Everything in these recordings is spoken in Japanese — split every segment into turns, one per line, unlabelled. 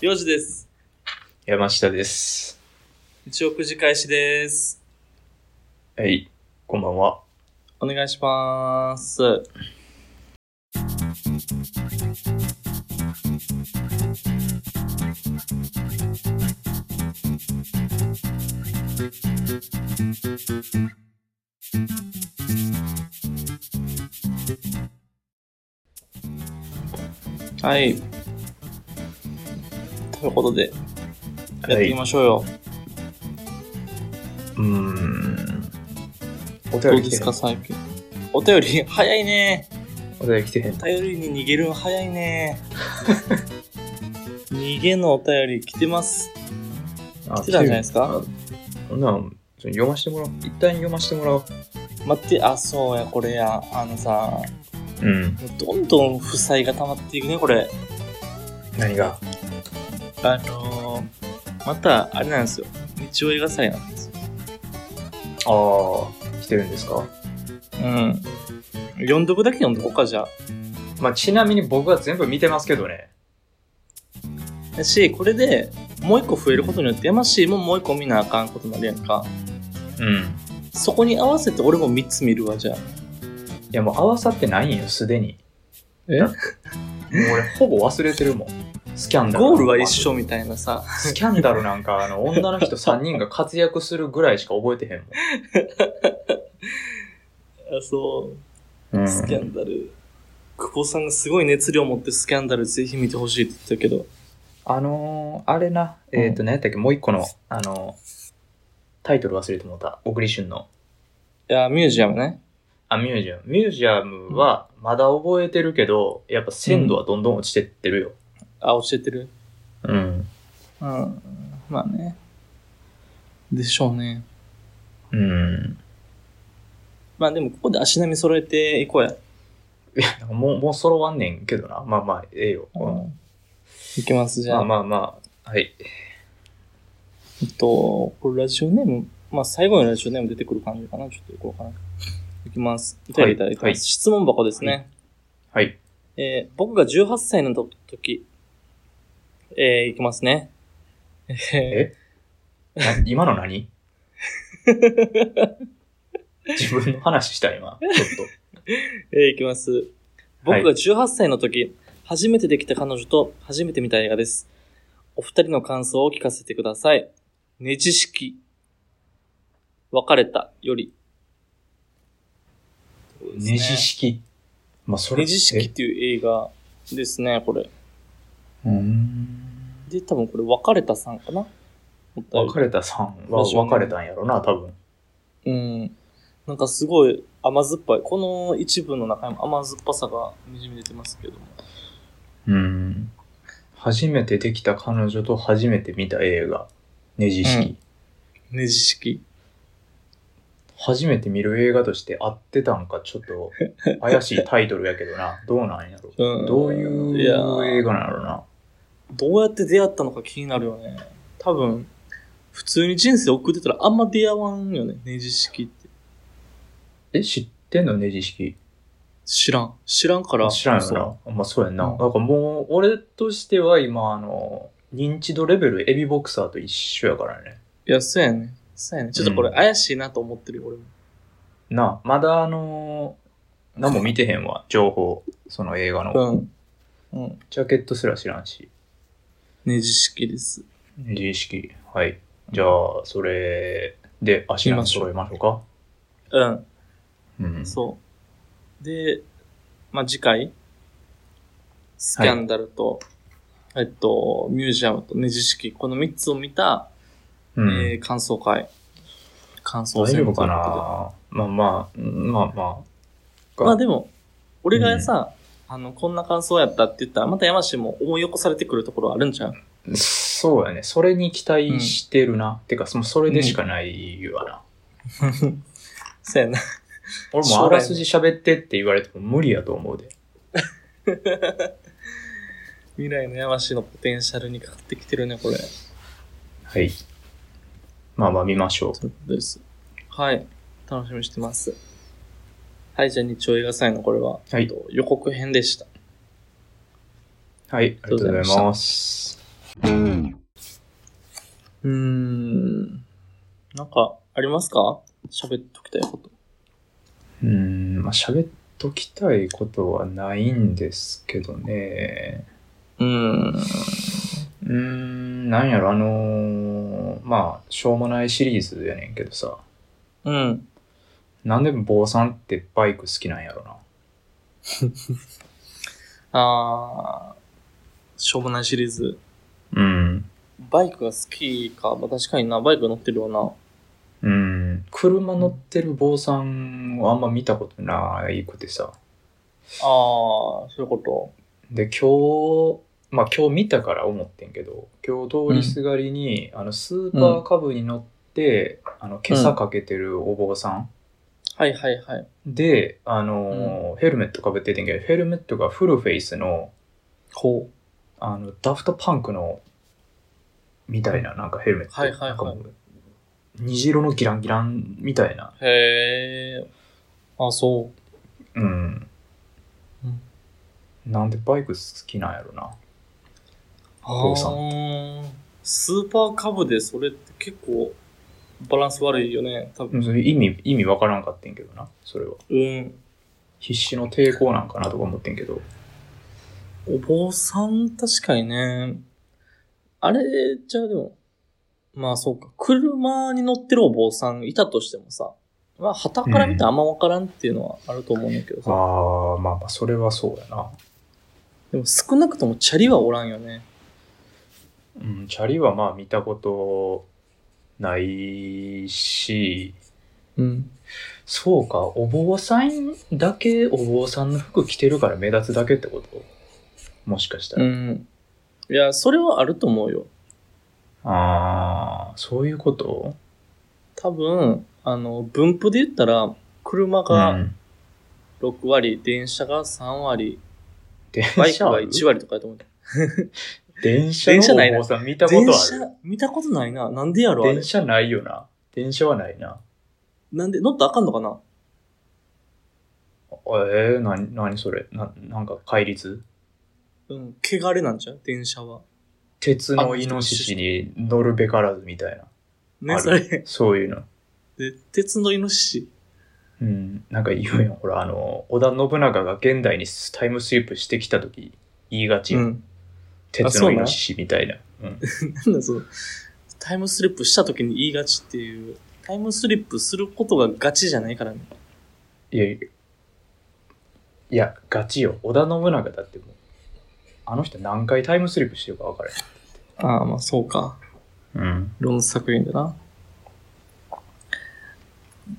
4時です。
山下です。
一応9時開始です。
はい、こんばんは。
お願いします。はい。ということで、やっていきましょうよ。
うーん。お
ど
便
う
り
で
来て
す
へ
か、
ん。
最近。お便り、早いね。
お便り来てへん。
頼りに逃げるの早い ね。逃げのお便り来てます。
あ
来てたんじゃないですか
来てるあそんなん、ちょ読ましてもらおう。一旦読ましてもらおう。
待って、あ、そうや、これや。あのさ、
うん。
どんどん負債が溜まっていくね、これ。
何が
あのー、また、あれなんですよ。日曜映画祭なんですよ。
ああ、来てるんですか
うん。読んどくだけ読んどこうか、じゃ
まあ、ちなみに僕は全部見てますけどね。
あ。だし、これで、もう一個増えることによって、山氏ももう一個見なあかんことになるやんか。
うん。
そこに合わせて俺も3つ見るわ、じゃあ。
いや、もう合わさってないんよ、すでに。
え
もう 俺、ほぼ忘れてるもん。スキャンダル。
ゴールは一。緒みたいなさ。
スキャンダルなんか、あの、女の人3人が活躍するぐらいしか覚えてへん
あそ
もん。う
う、
ん
スキャンダル。久保さんがすごい熱量を持ってスキャンダルぜひ見てほしいって言ったけど。
あのー、あれな、
うん
えっ、ー、と、何やったっけ、もう一個の、あのー、タイトル忘れてもうた。小栗旬の。
いや、ミュージアムね。
あ、ミュージアム。ミュージアムは、まだ覚えてるけど、やっぱ鮮度はどんどん落ちてってるよ。
あ、教えてる
うん。
うん。まあね。でしょうね。
うん。
まあでもここで足並み揃えていこうや。
いや、なんかもう、もう揃わんねんけどな。まあまあ、ええよ。うん
いきます、じゃ
ま
あ。
あまあまあ、はい。
えっと、これラジオネーム、まあ最後のラジオネーム出てくる感じかな。ちょっといこうかな。いきます。お便りいただきます。
はい
質問箱ですね。
ははい。
えー僕が18歳のと時、えー、いきますね。 えー
な今の 何自分の話した、今。ちょっ
えー、いきます。僕が18歳の時、初めてできた彼女と初めて見た映画です。お二人の感想を聞かせてください。ね知識。別れたより。
と。ねじ式。まあ、それ。
ねじ式っていう映画ですね、これ。
え。うん。
で、多分これ別れたさんかな
別れたさんは別れたんやろな、多分。
うん。なんかすごい甘酸っぱい。この一部の中にも甘酸っぱさがにじみ出てますけども。
うん。初めてできた彼女と初めて見た映画、ネジ式。
うんねじ式。
初めて見る映画として合ってたんか、ちょっと怪しいタイトルやけどな。どうなんやろ。
うん
どういう
い
い
や
映画なんやろな。
どうやって出会ったのか気になるよね。多分、普通に人生送ってたらあんま出会わんよね、ねじ式って。
え、知ってんのネジ式。
知らん。知らんから。
知らん
そう。
よな。まあそうやんな。
うん
なんかもう、俺としては今、あの、認知度レベルエビボクサーと一緒やからね。
いや、そうやね。そうやね。ちょっとこれ
うん
怪しいなと思ってるよ、俺も。
なあ、まだあの、何も見てへんわ、情報。その映画の。
うん。うん。
ジャケットすら知らんし。
ねじ式です。
自意識。はい。じゃあ、それで足並み揃えましょうか。
うん。
うん。
そう。で、まあ、次回、スキャンダルと、えっと、ミュージアムとねじ式、この3つを見た、
うん
えー感想会。感想
大
戦
丈
と
夫か
いう
な
ことで
まあまあ、うんまあまあ。
まあでも、俺がさ、あの、こんな感想やったって言ったら、また山氏も思い起こされてくるところあるんじ ゃん
そうやね。それに期待してるな。てか、そのそれでしかないわな。
そうやな。
俺もあらすじ喋ってって言われても無理やと思うで。
未来の山氏のポテンシャルにかかってきてるね、これ。そ
はい。まあまあ見ましょう。
ういうことです。はい。楽しみにしてます。はい、じゃあ日曜映画祭のこれは、
はい
えっと予告編でした。
はい、ありがとうございます。
うーん。なんか、ありますか喋っときたいこと。
うーん、まあ、喋っときたいことはないんですけどね。
うーん。
うーん、なんやろ、あのーまあ、しょうもないシリーズやねんけどさ、
うん。
なんで坊さんってバイク好きなんやろな。
あー、しょうもないシリーズ。
うん。
バイクが好きか。まあ、確かにな、バイク乗ってるわな。
うん、車乗ってる坊さんをあんま見たことないくて
あ
さ。
ー、そういうこと。
で、今日、まあ今日見たから思ってんけど、今日通りすがりに、あの、スーパーカブに乗って、あの、今朝かけてるお坊さん、
はいはいはい。
で、あのーヘルメットかぶっててんけど、ヘルメットがフルフェイスの、
こ
あの、ダフトパンクの、みたいな、なんかヘルメット。
はいはいはい
なんかもう虹色のギランギランみたいな。
う。へー。あ、そ
うん。
うん
なんでバイク好きなんやろな。
う。
お父さん
あースーパーカブでそれって結構、バランス悪いよね。多
う
分。
んそれ意味、意味わからんかってんけどな、それは。
うん。
必死の抵抗なんかなとか思ってんけど。
お坊さん、確かにね。あれ、じゃあでも、まあそうか、車に乗ってるお坊さんいたとしてもさ、まあ、旗から見てあんまわからんっていうのはあると思うんだけどさ、
ああ、まあまあ、それはそうやな。
でも少なくともチャリはおらんよね。
うん、チャリはまあ見たことないし、
うん。
そうか、お坊さんだけお坊さんの服着てるから目立つだけってこともしかした
う
ら。
ん。いや、それはあると思うよ。
ああ、そういうこと
多分、あの、分布で言ったら、車
う
が
ん
6割、電車が3割、
電
バイク
車
が
は
1割とかやと思う。
電車の
電車ないな
お坊さん見たことある
電車、見たことないな。なんでやろあれ
電車ないよな。電車はないな。
なんで、乗ったらあかんのかな
あえー、なに、なにそれな、なんか戒律
うん、汚れなんちゃう電車は。
鉄のイノシシに乗るべからずみたいな。
ね、
ある
それ。
そういうの。
で、鉄のイノシシ。
うん。なんか言うよ。ほら、あの、織田信長が現代にタイムスリップしてきたとき、言いがちよ、
ん。
鉄のイノシシみたいな。うん。
なんだその、タイムスリップした時に言いがちっていう、タイムスリップすることがガチじゃないからね。
いや、いや、ガチよ。織田信長だってもう、あの人何回タイムスリップしてるか分から
ああ、まあそうか。
へん。うん。
論作品だな。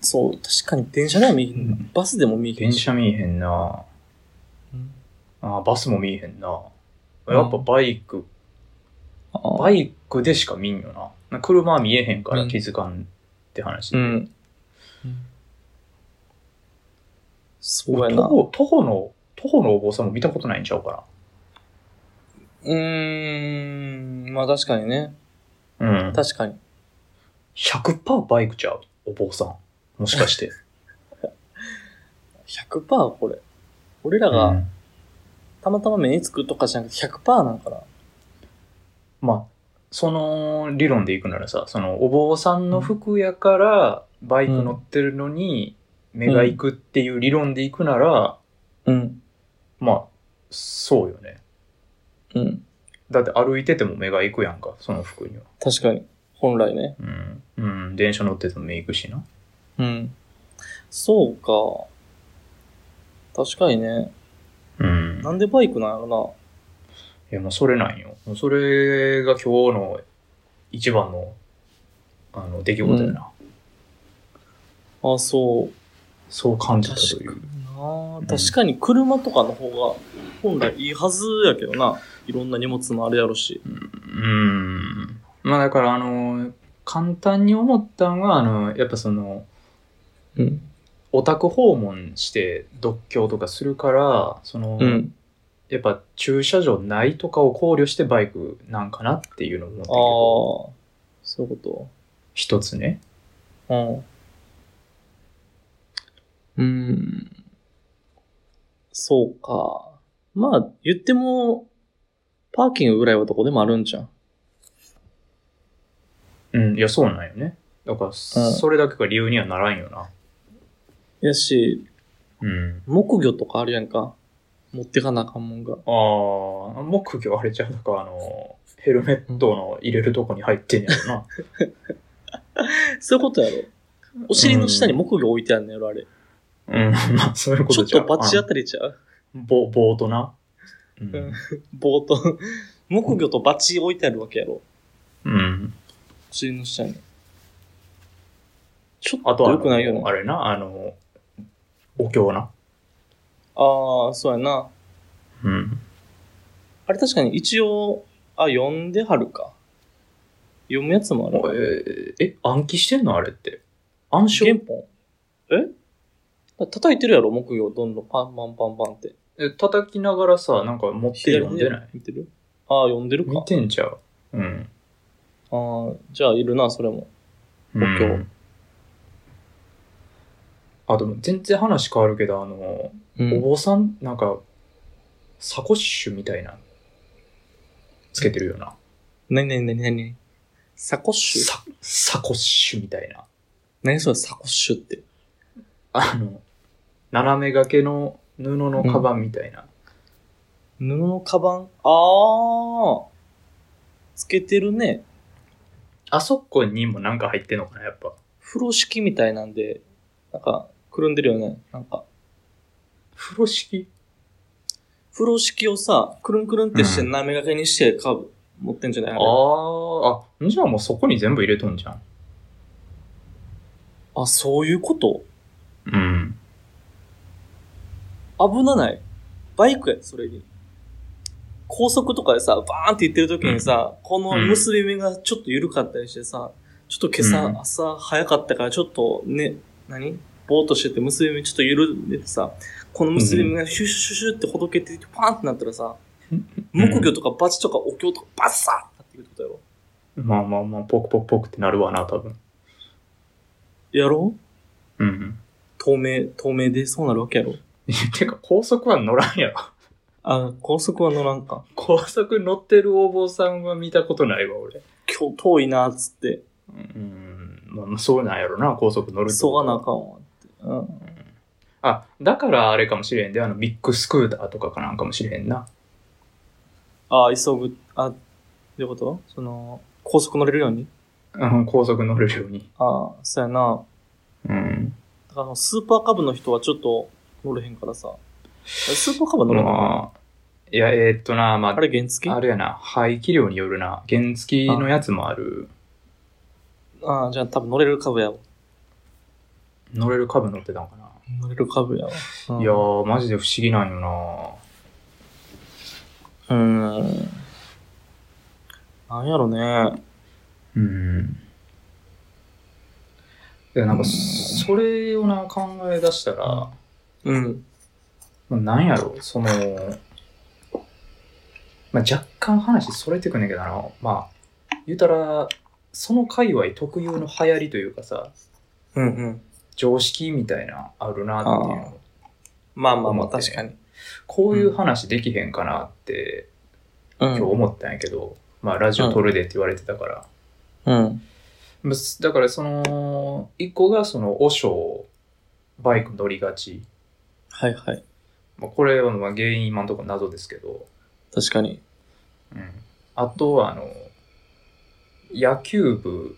そう、確かに電車では見えへんな
うん
バスでも見えへん
電車見えへんな
うん
あーバスも見えへんなやっぱバイク、
ああ
バイクでしか見んよな。な車は見えへんか
う
ら
ん
気づかんって話。
うん。そうや
徒
な。
歩、徒歩の、徒歩のお坊さんも見たことないんちゃうか
うーん、まあ確かにね。
な。うん。
確かに。
100%バイクちゃうお坊さん。もしかして。
100%これ。俺ら
う
が
ん
たまたま目につくとかじゃなくて100%なんかな。
まあ、その理論でいくならさ、そのお坊さんの服やからバイク乗ってるのに目が行くっていう理論でいくなら、
うん。
まあ、そうよね。
うん。
だって歩いてても目が行くやんか、その服には。
確かに。本来ね。
うん。うん、電車乗ってても目行くしな。
うん。そうか。確かにね。
うん。
なんでバイクなんやろ
いや、もうそれなんよ。もうそれが今日の一番の、あの、出来事やな。
な。あ、そう。
そう感じたと
確
い
か
う。
にな。
ん
確かに車とかの方が本来いいはずやけどな。いろんな荷物もあれやろし。
うん。まあだから、あの、簡単に思ったんは、あの、やっぱその、
うん。
オタク訪問して独協とかするから、その、
うん。
やっぱ駐車場ないとかを考慮してバイクなんかなっていうのを思って
ああ
んけど、。
そういうこと。
一つね。
うん。うん。そうか。まあ、言っても、パーキングぐらいはどこでもあるんじゃん。
うん、いや、そうなんよね。だから、それだけが理由にはならんよな。
やし、
うん。
木魚とかあるやんか。持ってかなあかんもんが。
ああ、木魚あれちゃうだから、あの、ヘルメットの入れるとこに入ってんやろな。
そういうことやろ。お尻の下に木魚置いてあんのやろ、あれ。
うん、まあ、そういうこ
ちょ
と
っ
じゃ
と
ん
バチ当たりちゃう
ぼぼーとな。う
うん
ん。
棒と。木魚とバチ置いてあるわけやろ。
うん。
お尻の下に。ちょ
あ
っと
とは、
良くないよね。
あれな、あの、お経な。
ああ、そうやな。
うん。
あれ確かに一応、あ、読んではるか。読むやつもあ
え
るか。
ーえ、暗記してんのあれって。暗証
原本えだ叩いてるやろ、木魚どんどんパンパンパンパンって。
え叩きながらさ、なんか持って読んでない
見てるああ、読んでるか。
見てんちゃううん。
ああ、じゃあいるな、それも。
う
お経
ん、あ、でも全然話変わるけど、あの、
う
お
ん。
坊さん、なんか、サコッシュみたいな、つけてるよな。
なになになになにサコッシュ
サ、サコッシュみたいな。
何それサコッシュって。
あの、斜め掛けの布のカバンみたいな。
布のカバンああつけてるね。
あそこにもなんか入ってんのかな、やっぱ。
風呂敷みたいなんで、なんか、くるんでるよね。なんか、
風呂敷
風呂敷をさ、くるんくるんってして斜め掛けにしてカブ持ってんじゃない
あ
あれ
ーあ、じゃあもうそこに全部入れとんじゃん。
あ、そういうこと
うん。
危なない。バイクや、それに。高速とかでさ、バーンって行ってる時にさ、この結び目がちょっと緩かったりしてさ、ちょっと今朝、
うん
朝早かったからちょっとね、何ぼーっとしてて結び目ちょっと緩んでてさ、この結び目がシュッシュッシュッってほどけて、パーンってなったらさ、木魚とかバチとかお経とかバッサーってなってくるってことやろ。
まあまあまあ、ポクポクポクってなるわな、多分。
やろう
うん。
透明、透明でそうなるわけやろ。
てか、高速は乗らんやろ。
あ、高速は乗らんか。
高速乗ってるお坊さんは見たことないわ、俺。
今日遠いな、っつって。
うん。まあ、そうなんやろな、高速乗るって
急
こと
がなあかんわって。うん。
あ、だからあれかもしれんで、あの、ビッグスクーターとかかなんかもしれんな。
あ、急ぐ、あ、どういうことその、高速乗れるように
うん、高速乗れるように。
あ、そうやな。
うん。
だからあのスーパーカブの人はちょっと乗れへんからさ。スーパーカブは乗らない、
まあ、いや、えーっとな、まあ、
あれ原付
あれやな、排気量によるな、原付のやつもある。
あじゃあ多分乗れるカブやわ。
乗れる株乗ってたんかな。
乗れるカブやわ。うん
いやー、マジで不思議なんよな。
うーん。なんやろね。
うん。いや、なんか、それをな、考え出したら、
うん。
まあ、なんやろ、その、まあ、若干話それてくんねんけどな、まあ、言うたら、その界隈特有の流行りというかさ、
うんうん。
常識みたいな、あるなっていう
あ
の。
まあまあま
思
あ、
ってね
確かに。
こういう話できへんかなって、
う
今日
ん。
思ったんやけど、まあ、ラジオ撮るでって言われてたから。
うん。
まあすだから、その、一個が、その、和尚、バイク乗りがち。
はいはい。
まあ、これはまあ原因今のところ謎ですけど、
確かに。
うん、あとはあの野球部、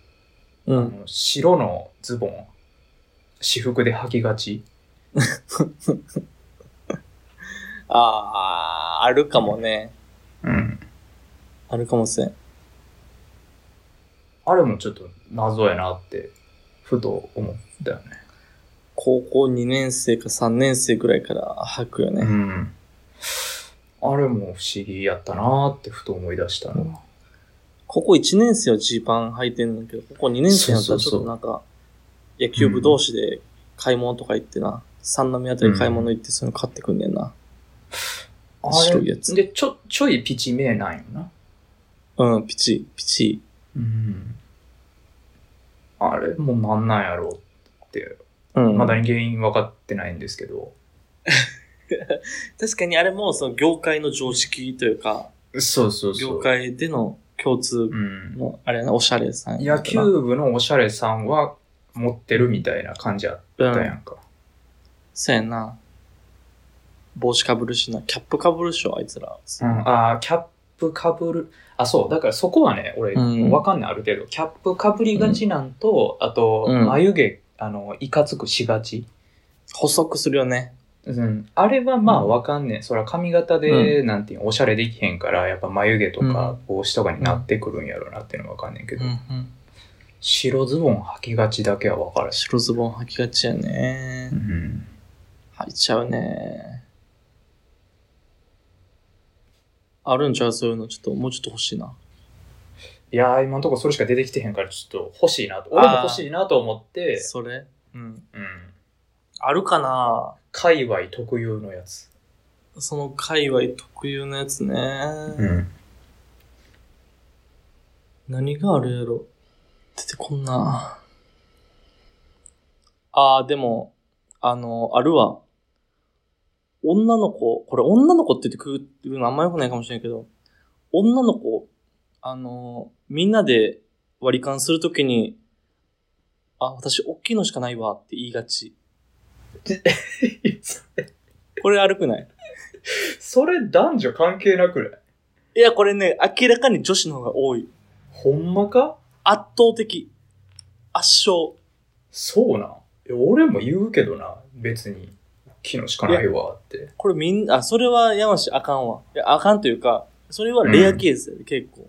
う
あ。の白のズボン私服で履きがち
ああ、あるかもね。
うん
あるかもしれん。
あれもちょっと謎やなってふと思ったよね
高校2年生か3年生ぐらいから履くよ
う
ね。
んあれも不思議やったなってふと思い出したな、
高校1年生はジーパン履いてんだけど、高校2年生になったらちょっとなんか、野球部同士で買い物とか行ってな、三宮あたり買い物行ってそういうの買ってくんねんな。
あ
白い
れ
やつ
でちょちょいピチめなんよな
うん、ピチ、ピチ。
うんあれもなんなんやろうって
うん。
まだに原因分かってないんですけど、
確かにあれもその業界の常識というか、
そうそうそう
業界での共通
うん。
の、あれやな、おしゃれさんや
野
ったな
球部のおしゃれさんは持ってるみたいな感じあった
う
や
ん。
んか。
そうやな。帽子かぶるしな。キャップかぶるっしょ、あいつら。
うん、ああ、キャップかぶる。あ、そう。だからそこはね、俺、
うん
わかんない、ある程度。キャップかぶりがちなんと、あと、
うん
眉毛、あの、いかつくしがち。
細くするよね。
うん。あれはまあ
うん
わかんねえ。そら髪型で、なんていうのおしゃれできへんから、やっぱ眉毛と
う
か
ん
帽子とかになってくるんやろうなっていうのはわかんねえけ
う
ど、
んうん。
白ズボン履きがちだけはわかるし。
白ズボン履きがちやね
う。ん。
履いちゃうね。あるんちゃうそういうの。ちょっと、もうちょっと欲しいな。
いやー、今んとこそれしか出てきてへんから、ちょっと欲しいなと。俺も欲しいなと思って、
それうん。
うん。
あるかな
界隈特有のやつ。
その界隈特有のやつね。
ん。
何があるやろ出てこんな。ああ、でも、あの、あるわ。女の子、これ女の子って言ってくるのあんま良くないかもしれないけど、女の子、あの、みんなで割り勘するときに、あ、私、大きいのしかないわって言いがち。これ悪くない
それ男女関係なくない
いや、これね、明らかに女子の方が多い。
ほんまか
圧倒的。圧勝。
そうなんえ俺も言うけどな別に昨日しかないわって
これみんな、あ、それは山氏あかんわ。いや、あかんというか、それはレアケースやで、結構。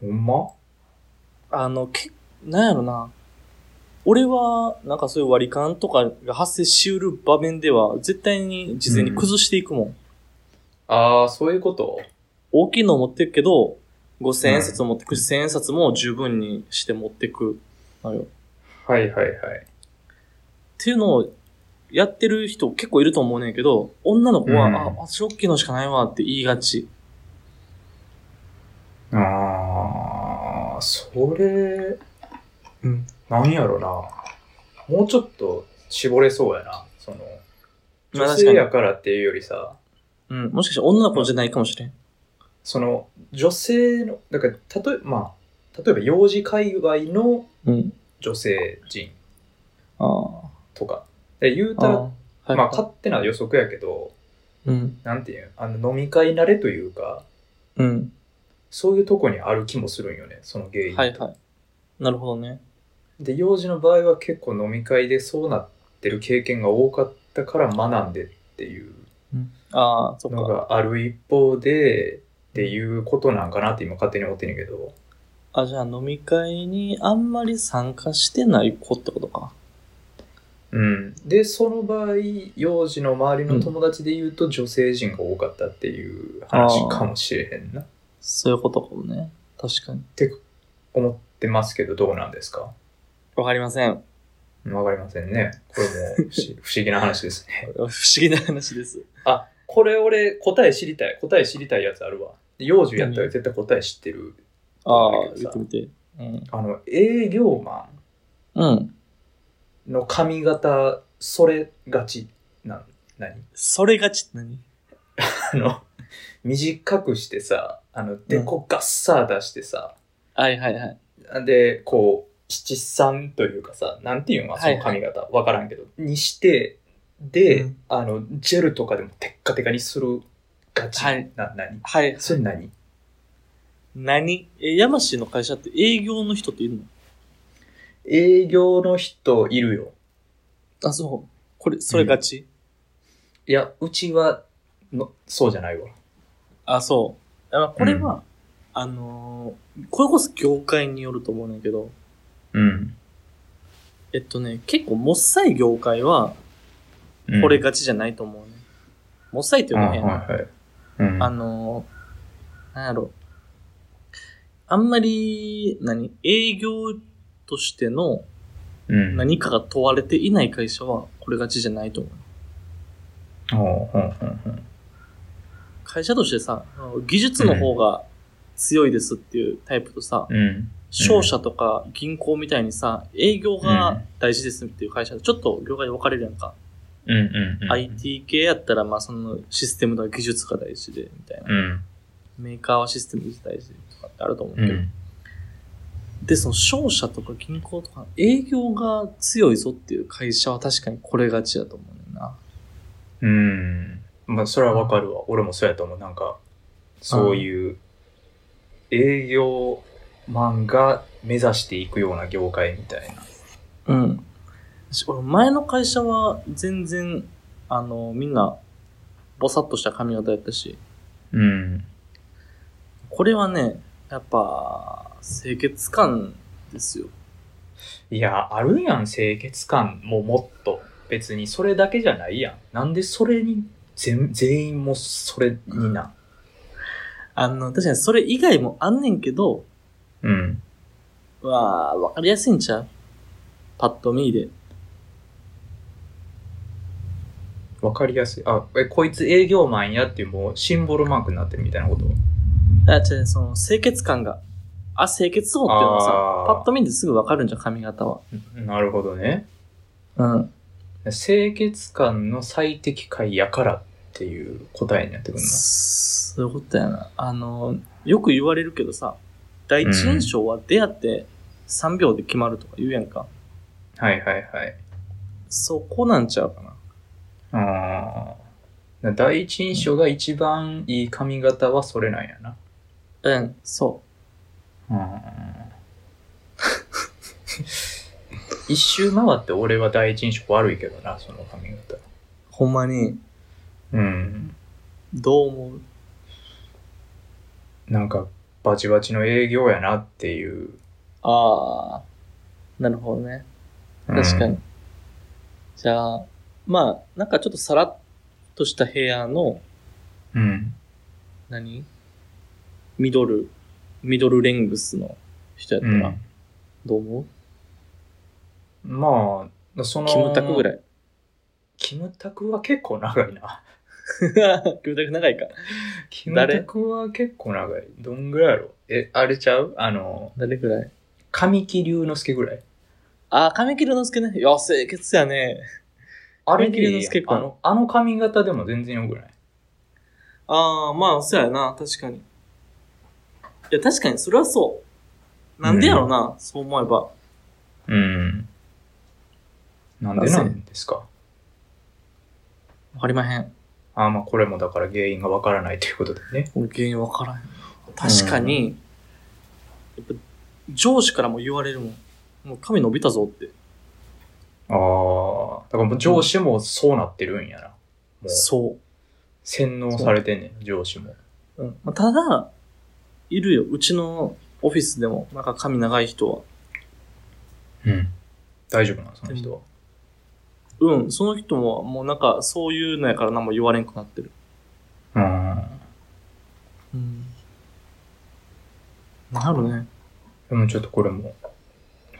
ほんま
あの、け、なんやろな。俺は、なんかそういう割り勘とかが発生しうる場面では、絶対に事前に崩していくもん。
ああそういうこと
大きいのを持ってくけど、5000
うん
円札を持ってくし、1000円札も十分にして持ってくのよ。っ
はいはいはい
ていうのを、やってる人結構いると思うねんけど、女の子は、
うん
あ、私大きいのしかないわって言いがち。
ああそれ
うん。
なんやろなもうちょっと絞れそうやなその
まあ
女
確か
性
に
やからっていうよりさ
うん。もしかして女の子じゃないかもしれん。
その女性のだから例えばまあ例えば幼児界隈の
うん。
女性人
ああ。
とかで言うたら
あー
まあ
はい
勝手な予測やけど
うん。
なんていうんあの飲み会慣れというか
うん。
そういうとこにある気もするんよねその原因、
はいはい。なるほどね。
で幼児の場合は結構飲み会でそうなってる経験が多かったから学んでっていう
ああ、そっ
の
か。
がある一方でっていうことなんかなって今勝手に思ってんねんけど
あ、じゃあ飲み会にあんまり参加してない子ってことか。
うんでその場合幼児の周りの友達で言うと女性陣が多かったっていう話かもしれへんな、
そういうことかもね。確かに。
思ってますけどどうなんですか
わかりません。
わかりませんねこれも不思 不思議な話ですね
これは不思議な話です。
あ、これ俺答え知りたい。答え知りたいやつあるわ。で幼児やったら絶対答え知ってる。
ああ
だけ、
言
ど
って
さ
みて。うん。
あの、営業マ
うん。
ンの髪型、それがちなん、何
それがちって何
あの、短くしてさ、あの、デコガッサー出してさ、
はいはいはい。
で、こう、七三というかさ、なんていうのその髪型、わ、からんけど、にして、で、
うん
あの、ジェルとかでもテッカテカにするがち。
はい
な、何
はい。
それ何
何え、山氏の会社って営業の人っているの
営業の人いるよ。
あ、そう。これ、それがち、
いや、うちはの、そうじゃないわ。
あ、そう。あこれは、あのーこれこそ業界によると思うねんだけど、
うん。
えっとね、結構もっさい業界は、これ
が
がちじゃないと思うね。もっさいって
う、
いうんの
あ
は
はい
変な。
はい。うん、
あのー、なんやろ。あんまり、何営業としての
うん、
何かが問われていない会社は、これがちじゃないと思う。
ほうほうほうほう
会社としてさ、技術の方が強いですっていうタイプとさ、
うん。
商社とか銀行みたいにさ、営業が大事ですっていう会社で、ちょっと業界で分かれるやんか。
うんうんうん。。
IT 系やったら、まあそのシステムとか技術が大事で、みたいな。
うん。
メーカーはシステムが大事で。とかってあると思うけど、で、その商社とか銀行とか営業が強いぞっていう会社は確かにこれがちだと思うねんな。
うん。まあ、それはわかるわ。俺もそうやと思う。なんか、そういう、営業マンが目指していくような業界みたい
う
な。
ん。私俺、前の会社は全然、あの、みんな、ぼさっとした髪型やったし、
うん。
これはね、やっぱ、清潔感ですよ。
いや、あるやん、清潔感ももっと。別にそれだけじゃないやん。なんでそれに、全全員もそれにな。
あの、確かにそれ以外もあんねんけど、
うん。
わあ、わかりやすいんちゃうパッと見で。
わかりやすい。あ、え、こいつ営業マンやっていうもうシンボルマークになってるみたいなこと
あ、違う、その、清潔感が。あ、清潔そうっていうのはさ
あ、ー
パッと見ですぐわかるんじゃん、髪型は。
なるほどね。
うん。
清潔感の最適解やからっていう答えになってくるな。
そういうことやな。あの、よく言われるけどさ、第一印象は出会って3秒で決まるとか言うやんか。
はいはいはい。
そこなんちゃうかな。
ああ。第一印象が一番いい髪型はそれなんやな。
うん、そ
うん 一周回って俺は第一印象悪いけどな、その髪型。
う。ほんまに、
うん。
どう思う
なんか、バチバチの営業やなっていう。
ああ、なるほどね。
うん
確かに。。じゃあ、まあ、なんかちょっとさらっとした部屋の、
うん。
何ミドル、ミドルレングスの人やった
う
ら、
ん、
どう思
まあ、そうの、
キムタクぐら
い。
い。
キムタクは結構長いな。
キムタク長いか。
キムタクは結構長い。どんぐらいやろえ、あれちゃうあの、
誰ぐらい
神木隆之介ぐらい。
あ、神木隆之介ね。いや、清潔やね。
あれ
神木隆之介か
あの、あの髪型でも全然よくない
ああ、まあ、そうやな。確かに。いや、確かに、それはそう。なんでやろうな、そう思えば。
うん。なんでなんですか
わかりまへん。
あまあこれもだから原因がわからないということでね。
俺原因わからん。確かに、やっぱ、上司からも言われるもん。もう髪伸びたぞって。
ああ、だからもう上司もそうなってるんやな。もう
そ
洗脳されてんねん、上司も。
う。うんまあ、ただ、いるよ。うちのオフィスでも、なんか髪長い人は。
うん。大丈夫なのその人は。
うん、その人も、もうなんか、そういうのやから何も言われんくなってる。
うん。
うん。なるね。
でもちょっとこれも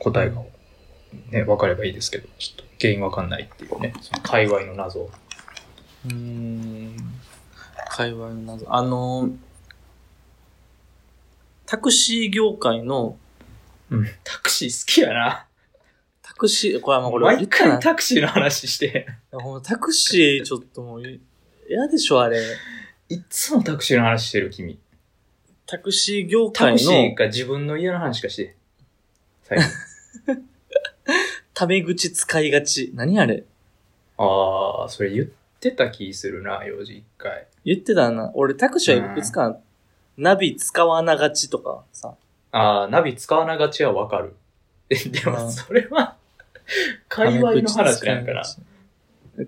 答えがね、分かればいいですけど、ちょっと原因わかんないっていうね、その界隈の謎。
うーん。界隈の謎。あのー、タクシー業界の、
うん。タクシー好きやな。
タクシー、これはもうこれ言
毎
った
回
な
タクシーの話して、
ほんまタクシーちょっともう、嫌でしょ、あれ。
いっつもタクシーの話してる君。
タクシー業
タ
界
クシー
の
が自分の家の話しかして。最後。
タメ口使いがち。何あれ
あー、それ言ってた気するな、用事一回。
言ってたな。俺タクシーはいくつか、ナビ使わながちとかさ。
あー、ナビ使わながちはわかる。えで
う
も
ん
それは、界隈の話なん
タメ口使
かな。
いがち。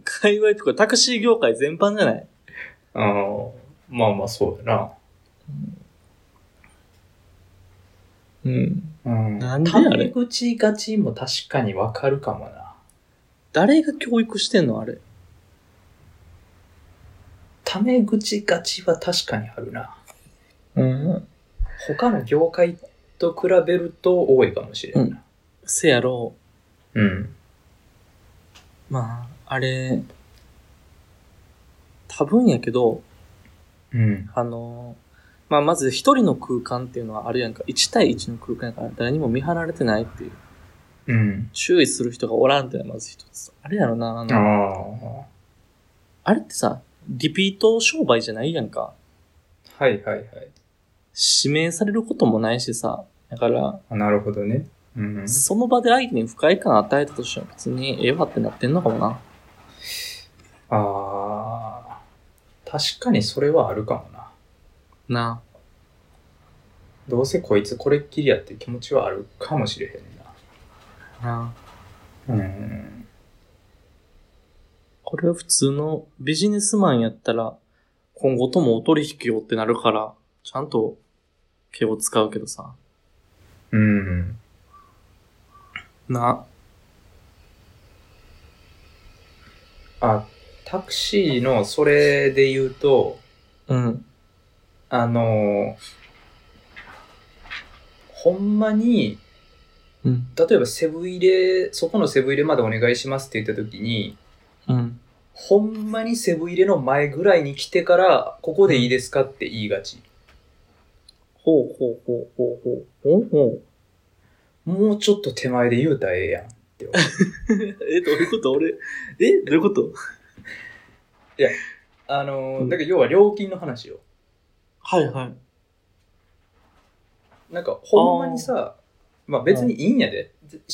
界隈とかタクシー業界全般じゃない
うん。まあまあそうだな。
うん。
うん
なんであ
タ
れ
メ口がちも確かにわかるかもな。
誰が教育してんのあれ。
タメ口がちは確かにあるな。
うん。
他の業界と比べると多いかもしれんな。
せやろ
うん。
う。まあ、あれ、多分やけど、
うん。
あのーまあ、まず一人の空間っていうのはあるやんか。1対1の空間やから誰にも見張られてないっていう。
うん。
注意する人がおらんっていうのはまず一つ。あれやろな、あ
あ
の、
あ。
あれってさ、リピート商売じゃないやんか。
はいはいはい。
指名されることもないしさ、だから、
あなるほどね。うん。
その場で相手に不快感与えたとしても別にええわってなってんのかもな。
あー確かにそれはあるかもな。
な
どうせこいつこれっきりやっていう気持ちはあるかもしれへんな。
あ。なあ。
うん。
これは普通のビジネスマンやったら、今後ともお取引をってなるから、ちゃんと敬語使うけどさ。
うん。
な
あ、タクシーのそれで言うと、
あ。うん。
あのーほんまに、
うん。
例えばセブン入れ、そこのセブン入れまでお願いしますって言った時に、
うん。
ほんまにセブン入れの前ぐらいに来てから、ここでいいですかって言いがち。
ほうほうほうほうほう。ほうほう。
もうちょっと手前で言うたらええやんって思う。
え、どういうこと俺、え、どういうこと
あの
う
ー、
ん
だから要は料金の話よ。
はいはい。
なんかほんまにさ、まあ別にいいんやで。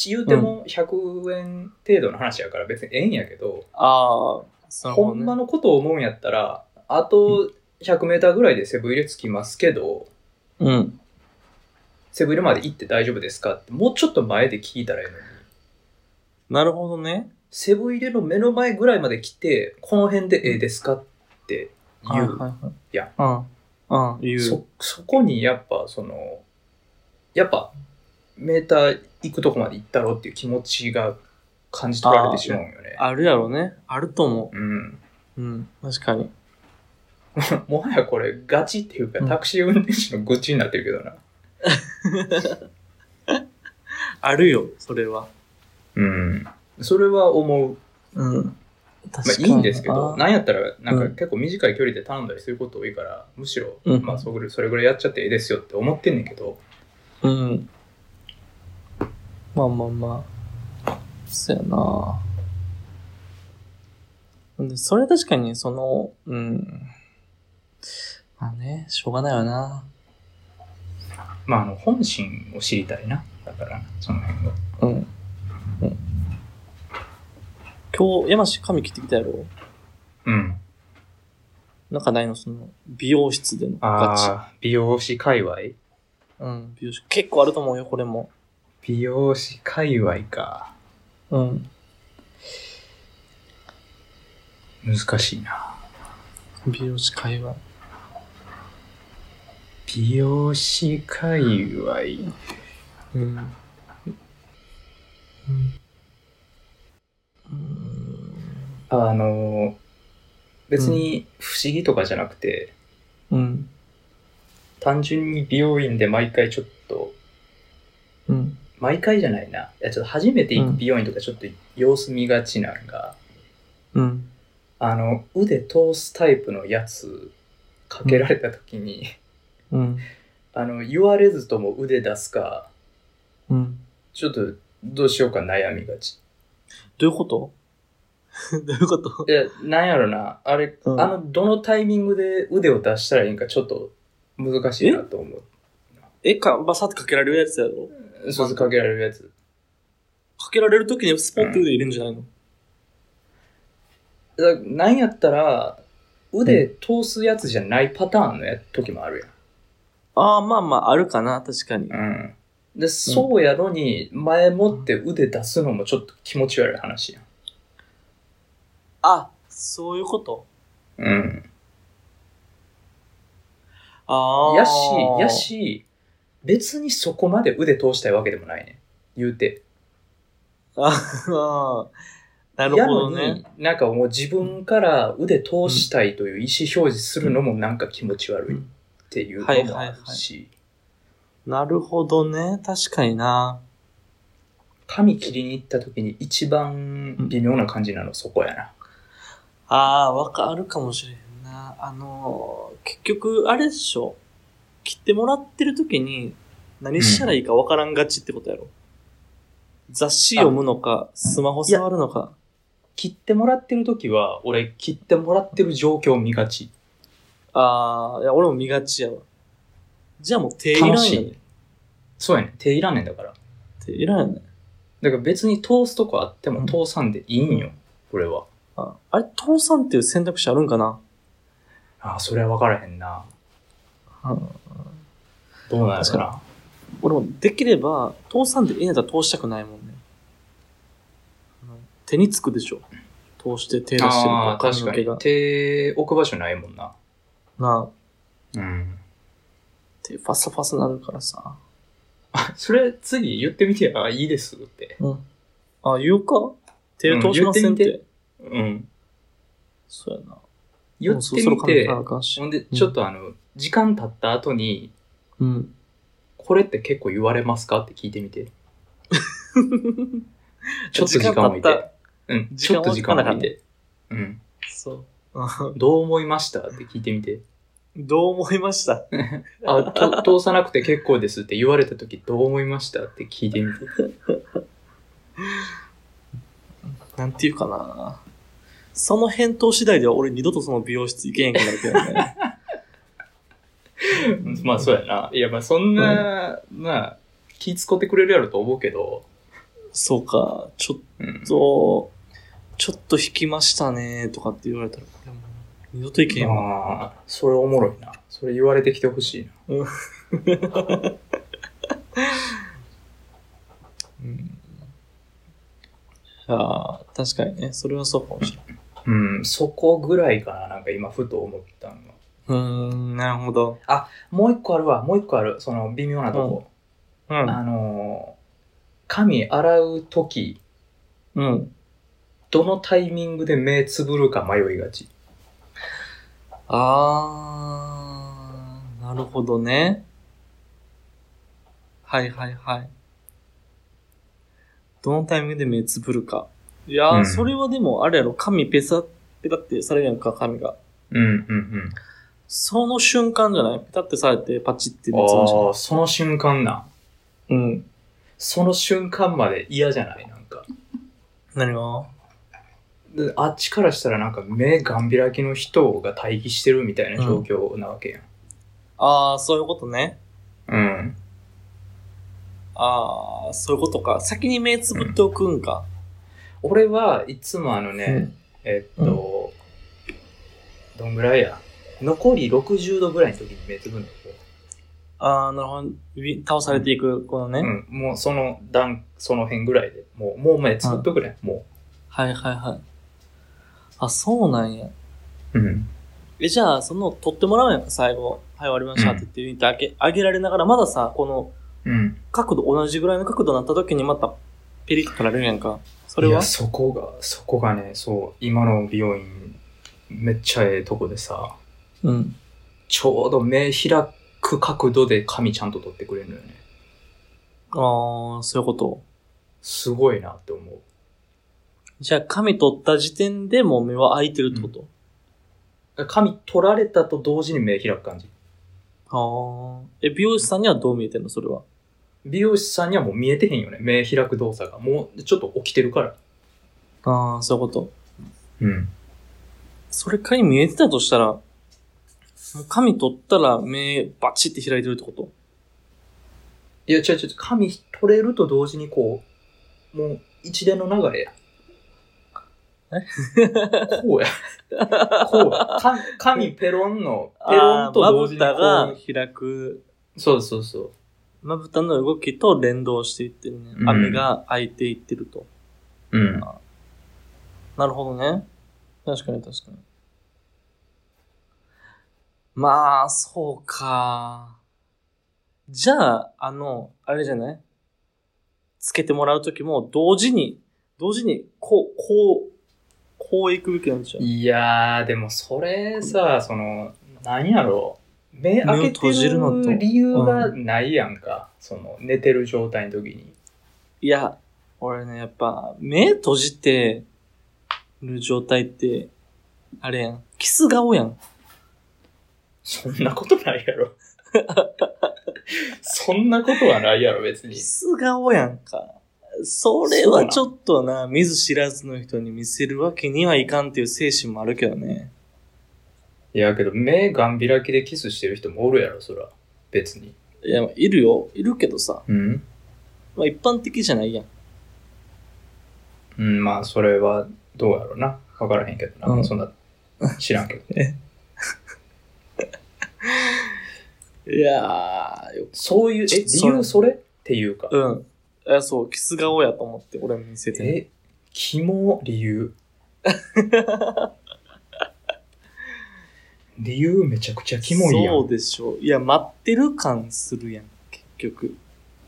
言うても100円程度の話やから別にええんやけど、
ああ、そ
ほんまのことを思うんやったら、あと100メーターぐらいでセブン入れつきますけど、
うん。
セブン入れまで行って大丈夫ですかって、もうちょっと前で聞いたらいいのに。
なるほどね。
セブン入れの目の前ぐらいまで来て、この辺でええですかって言う。
はいはい。
いや。
うん。うん。言う。
そ、そこにやっぱその、やっぱメーター行くとこまで行ったろっていう気持ちが感じ取られてしまうんよね。
あるやろね。あると思
うん。
う。うん。確かに。
もはやこれガチっていうか
うん
タクシー運転手の愚痴になってるけどな。
あるよ、それは。
うん。それは思う。
うん。確
まあ、いいんですけど、なんやったら、なんか
うん
結構短い距離で頼んだりすること多いから、むしろ、
うん
まあそれぐらい、それぐらいやっちゃっていいですよって思ってんねんけど、
うん。まあまあまあ。そやな。でそれは確かに、その、うん。まあね、しょうがないよな。
まあ、あの本心を知りたいな。だから、その辺を。
うん。うん、今日、山氏髪切ってきたやろ
うん。
なんかないのその、美容室でのガチ。
ああ、美容師界隈
うん、美容室。結構あると思うよ、これも。
美容師界隈か。
うん。
難しいな。
美容師会話。
美容師界隈。
うん。うん。うん
あの、別に不思議とかじゃなくて、
うん。
単純に美容院で毎回ちょっと
うん。
毎回じゃないな。いや、ちょっと初めて行く美容院とかちょっと様子見がちなんが、
うん。
あの、腕通すタイプのやつかけられた時に、
うん。
あの、言われずとも腕出すか、
うん。
ちょっとどうしようか悩みがち。
どういうこと どういうこと
いや、なんやろな。あれ、
うん
あの、どのタイミングで腕を出したらいいんかちょっと難しいなと思
え、か、バサッとかけられるやつやろ
う。そうそうかけられるやつ。
かけられるときにスポットで入れるんじゃないの、
だなんやったら、腕通すやつじゃないパターンのや時もあるやん。
ああ、まあまあ、あるかな、確かに。
で、そうやのに、前もって腕出すのもちょっと気持ち悪い話やん。
あ、そういうこと
うん。
ああ。
やし、や。し、別にそこまで腕通したいわけでもないね。言うて。
ああ。なるほど
やの
ね
に。、なんかもう自分から腕通したいという意思表示するのもなんか気持ち悪いっていうのもあるし、
なるほどね。確かにな。
髪切りに行った時に一番微妙な感じなのそこやな。
ああー、わかるかもしれへんな。あのー、結局、あれっしょ。切ってもらってる時に、何したらいいかわからんがちってことやろ。雑誌読むのか、スマホ触るのか。
切ってもらってる時は、俺切ってもらってる状況を見がち。
ああ、いや、俺も見がちやわ。じゃあもう定義ラ
楽
ー
し
メン
い
やね。
そうやねん。手いらんねんだから。
定義ラーメンやね。
だから別に通すとこあって
う
も
ん
通さんでいいんよ。これは。
ああれ、倒産っていう選択肢あるんかな
ああ、それは分からへんな。
うん
どうなる
確
か
か
な。
俺もできれば、倒産でええんやったら通したくないもんね。うん手につくでしょ。通して手出してる
あ
と
あ、確
髪
か
の毛
に。
が。
手置く場所ないもんな。
なあ、
うん。
手ファサファサなるからさ。
あ、それ次言ってみてや。あいいですって。
うん。あ、言うか手通しませんって。
うん言ってみうん。
そうやな。
言
も
っ
う
て
そろそろ
み
考え
て、
なあかんし
ほんで、ちょっとあの、時間経った後に、
うん。
これって結構言われますかって聞いてみて。ちょっと時間
経
置いて。うん、
時
ち
間
ょっと時間
置かなあ
置
かん
い
ね
て。うん。
そう。あ
どう思いましたって聞いてみて。
どう思いました
あ、と通さなくて結構ですって言われた時どう思いましたって聞いてみて。
なんていうかな。その返答次第では俺二度とその美容室行けへんくなるけどね。
まあそうやな。いやまあそんな、まあ気使ってくれるやろと思うけど、
そうか、ちょっ
うん、
と、ちょっと引きましたね、とかって言われたら、俺もう二度と行けへんわ。
ああ、それおもろいな。それ言われてきてほしいな。
うんああ、確かにね、それはそうかもしれない。
うん、そこぐらいかな、なんか今ふと思ったのが。
うーん、なるほど。
もう一個あるわ、もう一個ある、その微妙なとこ。
うん。
あのー髪洗う時、
うん。
どのタイミングで目つぶるか迷いがち。
ああ、なるほどね。はいはいはい。どのタイミングで目つぶるか。いやー、
うん
それはでもあれやろ、髪ペサペタってされるやんか、髪が。
うんうん
その瞬間じゃないペタってされてパチって
うん。
目つぶるじゃない
ああ、その瞬間な。
うん。
その瞬間まで嫌じゃないなんか。
何が
であっちからしたらなんか目がん開きの人が待機してるみたいな状況なわけやん。
ああ、そういうことね。
うん。
ああ、そういうことか。先に目つぶっておくんか。
俺はいつもあのね、えっと、どんぐらいや残り60度ぐらいの時に目つぶんだけど、
ああ、なるほど。指倒されていく、このね。
うん、もうその段、その辺ぐらいで、もう、もう目つぶっとくね、も
はいはいはい。あ、そうなんや。
う。うん。
え、じゃあ、その、取ってもらうやんか、最後。はい、終わりましたって言って、ユニットあげ、あげられながら、まださ、この、
うん。
角度、同じぐらいの角度になった時にまた、ペリッと取られるやんか。そ
そ
れ
れ
は
はそこが、そこがね、そう、今の美容院、めっちゃええとこでさ、
うん。
ちょうど目開く角度で髪ちゃんと取ってくれるのよね。
ああ、そういうこと。
すごいなって思う。
じゃあ、髪取った時点でもう目は開いてるってこと、
髪取られたと同時に目開く感じ。
ああ。え、美容師さんにはどう見えてんのそれは。
美容師さんにはもう見えてへんよね。目開く動作が。もうちょっと起きてるから。
ああ、そういうこと。
うん。
それ仮に見えてたとしたら、もう髪取ったら目バチって開いてるってこと
いや、違う違う違う、髪取れると同時にこう、もう一連の流れや。こうや。こうや。か髪ペロン の、ペロンと同時にこ
あーま
う。
ぶたが開く、
そうそうそう。
まぶたの動きと連動していってるね
う。ん
網が開いていってると。
うん。
なるほどね。確かに確かに。まあ、そうか。じゃあ、あの、あれじゃないつけてもらうときも、同時に、同時に、こう、こう、こう行くべきなんじゃう
いやー、でもそれさ、その、何やろう。目
目を
開け
閉
て
じるのと
る理由がないやんか。その、寝てる状態の時に。
いや、俺ね、やっぱ、目閉じてる状態って、あれやん。キス顔やん。
そんなことない やろ。そんなことはないやろ、別に
キ。ス顔やんか。それはちょっとな、見ず知らずの人に見せるわけにはいかんっていう精神もあるけどね。
いやけど、目がん開きでキスしてる人もおるやろ、そら。別に。
いや、いるよ。いるけどさ。
うん
まあ一般的じゃないやん。
うん、まあ、それはどうやろうな。わからへんけどな。
うん
そんな、知らんけど。
いやー、よ
そういう、え、
ちょ
理由それっていうか。
うん。あそう、キス顔やと思って、俺も見せて。
え、キモ理 由。理由めちゃくちゃキモいやん。
そうでしょう。いや、待ってる感するやん、結局。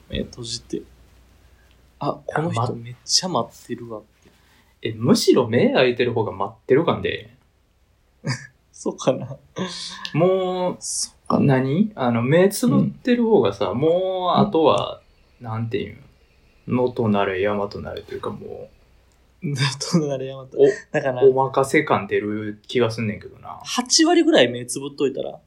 目閉じて。あ、この
あ
人
ま
めっちゃ待ってるわって。
え、むしろ目開いてる方が待ってる感で。
そうかな。
もう、
そう かな。
何あの、目つぶってる方がさ、もう、あとは、なんていうん野となれ、山となれというか、も
隣山と。
う、
だから、
お、お任せ感出る気がすんねんけどな。
8割ぐらい目つぶっといたら。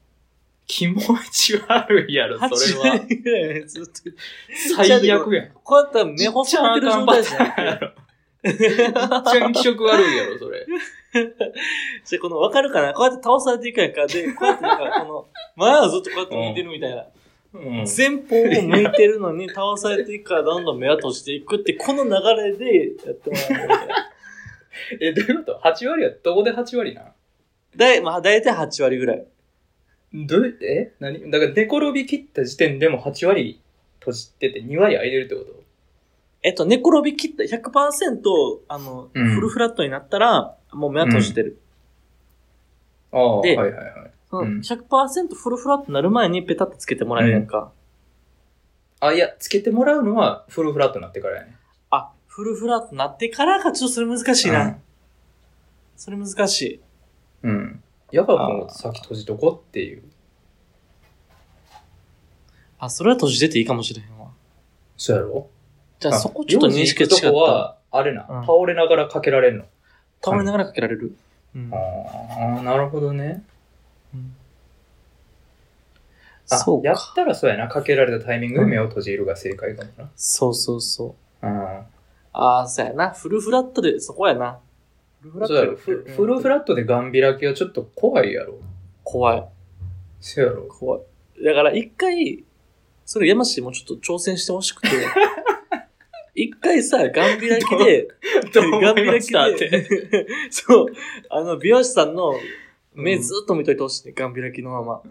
気持ち悪いやろ、
8
それ は。
割ぐらい目つぶっといたら。
最悪やん。
こうやったら目細なってる状態じゃなくて。
めっちゃ気色悪いやろ、それ。
で、この、わかるかなこうやって倒されていくやんか。で、こうやってなんか、この、前はずっとこうやって向いてるみたいな。
うん
前方を向いてるのに倒されていくから、どんどん目を閉じていくって、この流れでやってもらうみたいな。
え、どういうこと ?8 割は、どこで8割なん
だい、まあ、だいたい8割ぐらい。
どうえ何だから、寝転び切った時点でも8割閉じてて2割空いてるってこと
えっと、寝転び切った100%、あの、
うん
フルフラットになったら、もう目は閉じてる。
ああ、は
で
いはいはい。
その
うん
100%フルフラットになる前にペタッとつけてもらえるやんか。
あ、いや、つけてもらうのはフルフラットになってからやね。
あ、フルフラットになってからか、ちょっとそれ難しいな。それ難しい。
うん。うん。やっぱもう先閉じとこっていう。
あ、それは閉じてていいかもしれへんわ。
そうやろ
じゃあそこちょっと認識が
用心行く
違
とこ
った。
は、あれな、
うん
倒れながらかけられるの。
倒れながらかけられる。うん
ああ、なるほどね。
うん
あ
そう
や
か。
ったらそうやな。かけられたタイミングで目を閉じるが正解かも
そうそうそう。
な。うん。
ああ、そうやな。フルフラットで、そこやな。フルフ
そうやろ。フフルフ
ラットで
ラットでガン開きはちょっと怖いやろ。
怖い。
せや ろ。
怖い。だから一回、それ山氏もちょっと挑戦してほしく て。一回さ、ガン開きで、ガン開きで、そう、あの、美容師さんの目ずっと見といてほしいね、ガン開きのまま。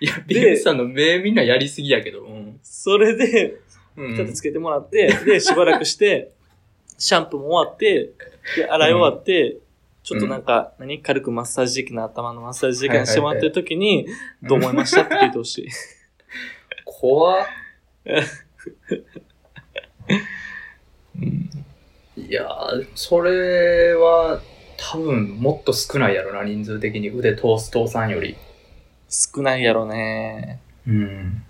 いや、ビルさんの目みんなやりすぎやけど。うん。
それで、
うん
ちょっとつけてもらって、で、しばらくして、シャンプーも終わって、で、洗い終わって、ちょっとなんか、何軽くマッサージ的な、頭のマッサージ的なしてもらってる時に、どう思いましたって聞いてほしい。
怖っ
うん
いやー、それは多分もっと少ないやろな、人数的に腕通す通さんより。
少ないやろね。
うん。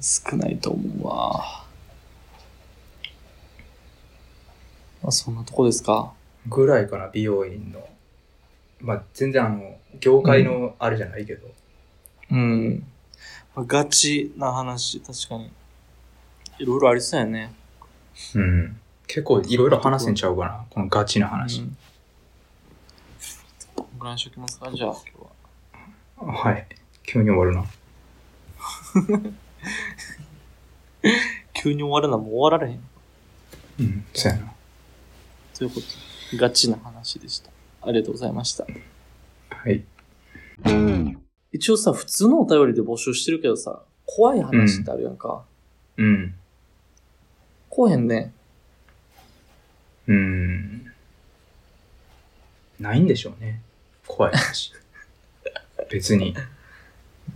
少ないと思うわ。まあ、そんなとこですか。
ぐらいかな、美容院の。まあ、全然あの、業界のあれじゃないけど。
うん。まあガチな話、確かに。いろいろありそうやね。
うん。結構いろいろ話せんちゃうかな、このガチな話
う。ん。こんぐらいにしときますか、じゃあ今日は。
はい。急に終わるな。
急に終わるのはもう終わられへん。
うん、そうやな。
ということでガチな話でした。ありがとうございました。
はい。
一応さ、普通のお便りで募集してるけどさ、怖い話ってあるやんか。
うん。
こうへんね。
うん。ないんでしょうね。怖い 話。別に。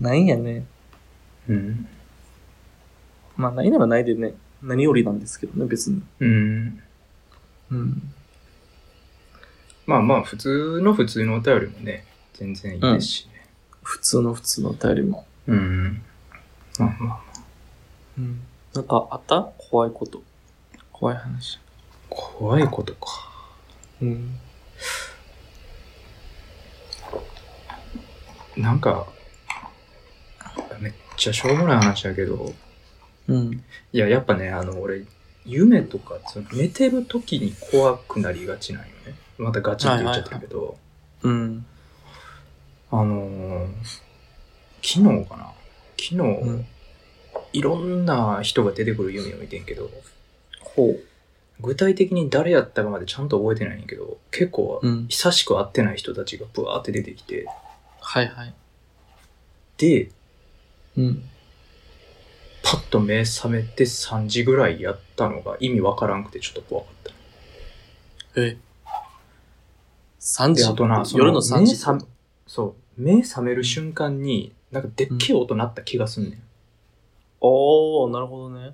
ないんやね。
うん。
まあ、ないならないでね。何よりなんですけどね、別に。
うん。
うん。
まあまあ、普通の普通のお便りもね、全然いいですしね。
普通の普通のお便りも。
うん。まあまあ、
うん。なんかあった怖いこと。怖い話。
怖いことか。
うん。
なんか、めっちゃしょうもない話だけど、
うん。
いや、やっぱね、あの、俺、夢とか、その寝てる時に怖くなりがちなんよね。またガチって言っちゃったけど、
うん。
あのー昨日かな昨日、
ん
いろんな人が出てくる夢を見てんけど、
ほう。
具体的に誰やったかまでちゃんと覚えてないんやけど、結構、
うん。
久しく会ってない人たちがブワーって出てきて、
はいはい。
で、
うん。
パッと目覚めて3時ぐらいやったのが意味わからんくてちょっと怖かった。
え。3時
で、あとな、そ
夜の3
目
時。
覚めそう、目覚める瞬間に、なんかでっけえ音鳴った気がすんねん。
おー、なるほどね。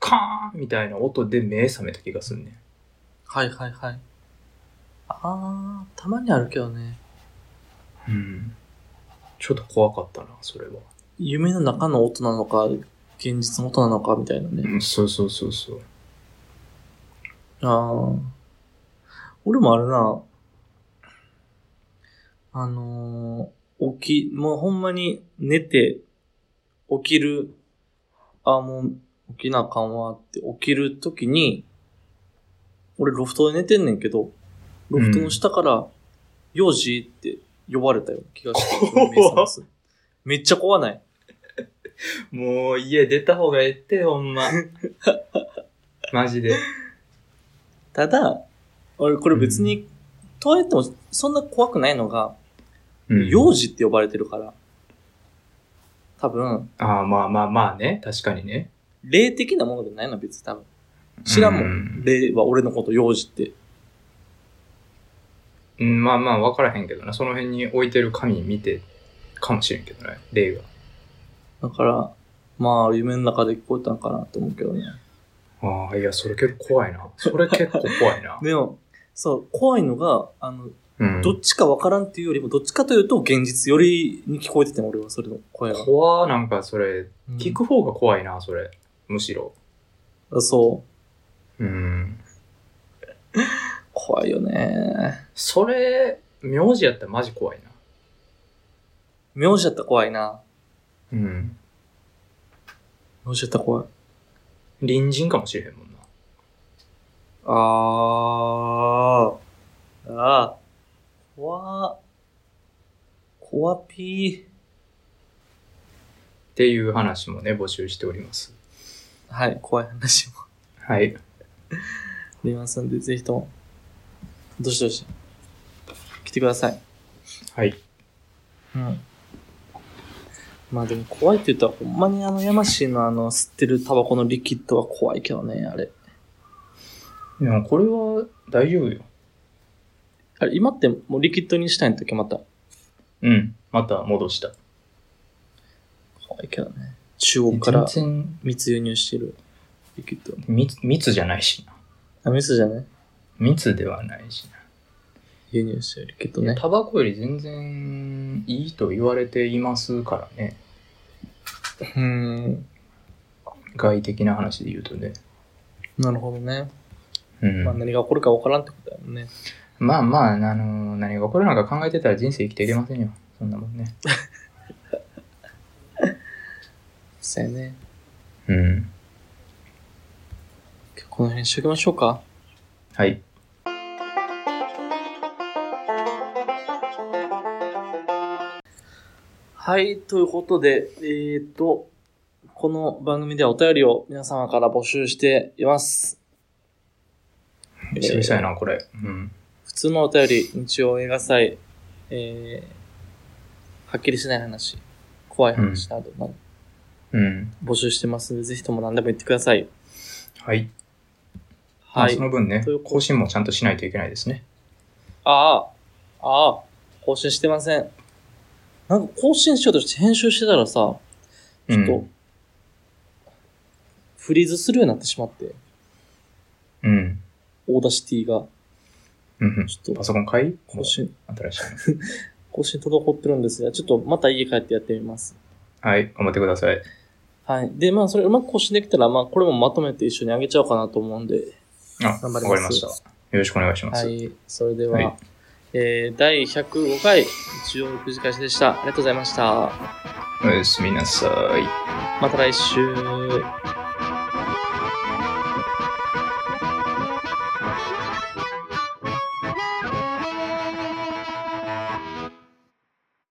カーンみたいな音で目覚めた気がすんねん。
はいはいはい。あー、たまにあるけどね。
うん。ちょっと怖かったな、それは。
夢の中の音なのか、現実の音なのかみたいなね。
うん、そうそうそうそう。
ああ。俺もあれな。あのー起き、もうほんまに寝て、起きる、あもう起きなあかんわって起きるときに、俺ロフトで寝てんねんけど、ロフトの下から、幼児って呼ばれたような気がして、
怖っ
目覚ますめっちゃ怖ない。
もう家出た方がええって、ほ んま。マジで。
ただ、俺これ別に、とはいってもそんな怖くないのが、
うん
幼児って呼ばれてるから、多分、
ああ、まあまあまあね。確かにね。
霊的なものでないの別に多分。知らんもん。
うん
霊は俺のこと幼児って。
うんまあまあ、わからへんけどな。その辺に置いてる紙見て、かもしれんけどね。例が。
だから、まあ、夢の中で聞こえたんかなと思うけどね。
ああ、いや、それ結構怖いな。それ結構怖 いな。
でも、そう、怖いのが、あの、
うん。
どっちかわからんっていうよりも、どっちかというと現実よりに聞こえてても俺はそれの声が。
怖なんかそれ、
うん
聞く方が怖いな、それ。むしろ。
そ
うん。
う。怖いよね。
それ、名字やったらマジ怖いな。
名字だったら怖いな。
うん。
名字だったら怖い。
隣人かもしれへんもんな。
あー。あー。怖怖ピ
っていう話もね、募集しております。
ー。はい、怖い話もあ
はい。
りますんで、ぜひとも、どしどし、来てください。
はい。
うん。まあでも怖いって言ったら、ほんまにあの、ヤマシーのあの、吸ってるタバコのリキッドは怖いけどね、あれ。
でもこれは大丈夫よ。
あれ、今ってもうリキッドにしたいんだっけ、また。
うん。また戻した。
怖いけどね。中国から
全然
密輸入してるリキッド。
密、密じゃないしな。
あ、密じゃない
密ではないし
輸入してるリキッド
な。
ね。
タバコより全然いいと言われていますからね。
うん。
外的な話で言うとね。
なるほどね。
うん。
まあ何が起こるか分からんってことだよね。
まあまあ、あの何が起こるのか考えてたら人生生きていけませんよ。そんなもんね。
そうやね。
うん。
今日この辺にしときましょうか。
はい。
はい、ということで、えっ、と、この番組ではお便りを皆様から募集しています。
久々やな、これ。うん。
普通のお便り、日曜映画祭、えー、はっきりしない話、怖い話なども
うん。
募集してますので、ぜひとも何でも言ってください。
はい。まあ
はい
そ。の分ね
という、こと
更新もちゃんとしないといけないですね。
ああ、ああ、更新してません。なんか更新しようとして編集してたらさ、ちょっ
う
と
ん、
フリーズするようになってしまって、
うん。
オーダーシティが、
うんうん。
ちょっ
パ
と
ソコン買い
更新、
新しい
更新滞ってるんですが、ちょっとまた家帰ってやってみます。
の。はい、頑張ってください。
はい。で、まあ、それうまく更新できたら、まあ、これもまとめて一緒にあげちゃおうかなと思うんで、
あ、わか
頑張ります
りました。よろしくお願いしま
は
す。
い。それでは、
はい
えー、第105回、日曜く時開始でした。ありがとうございました。
おやすみなさい。
また来週。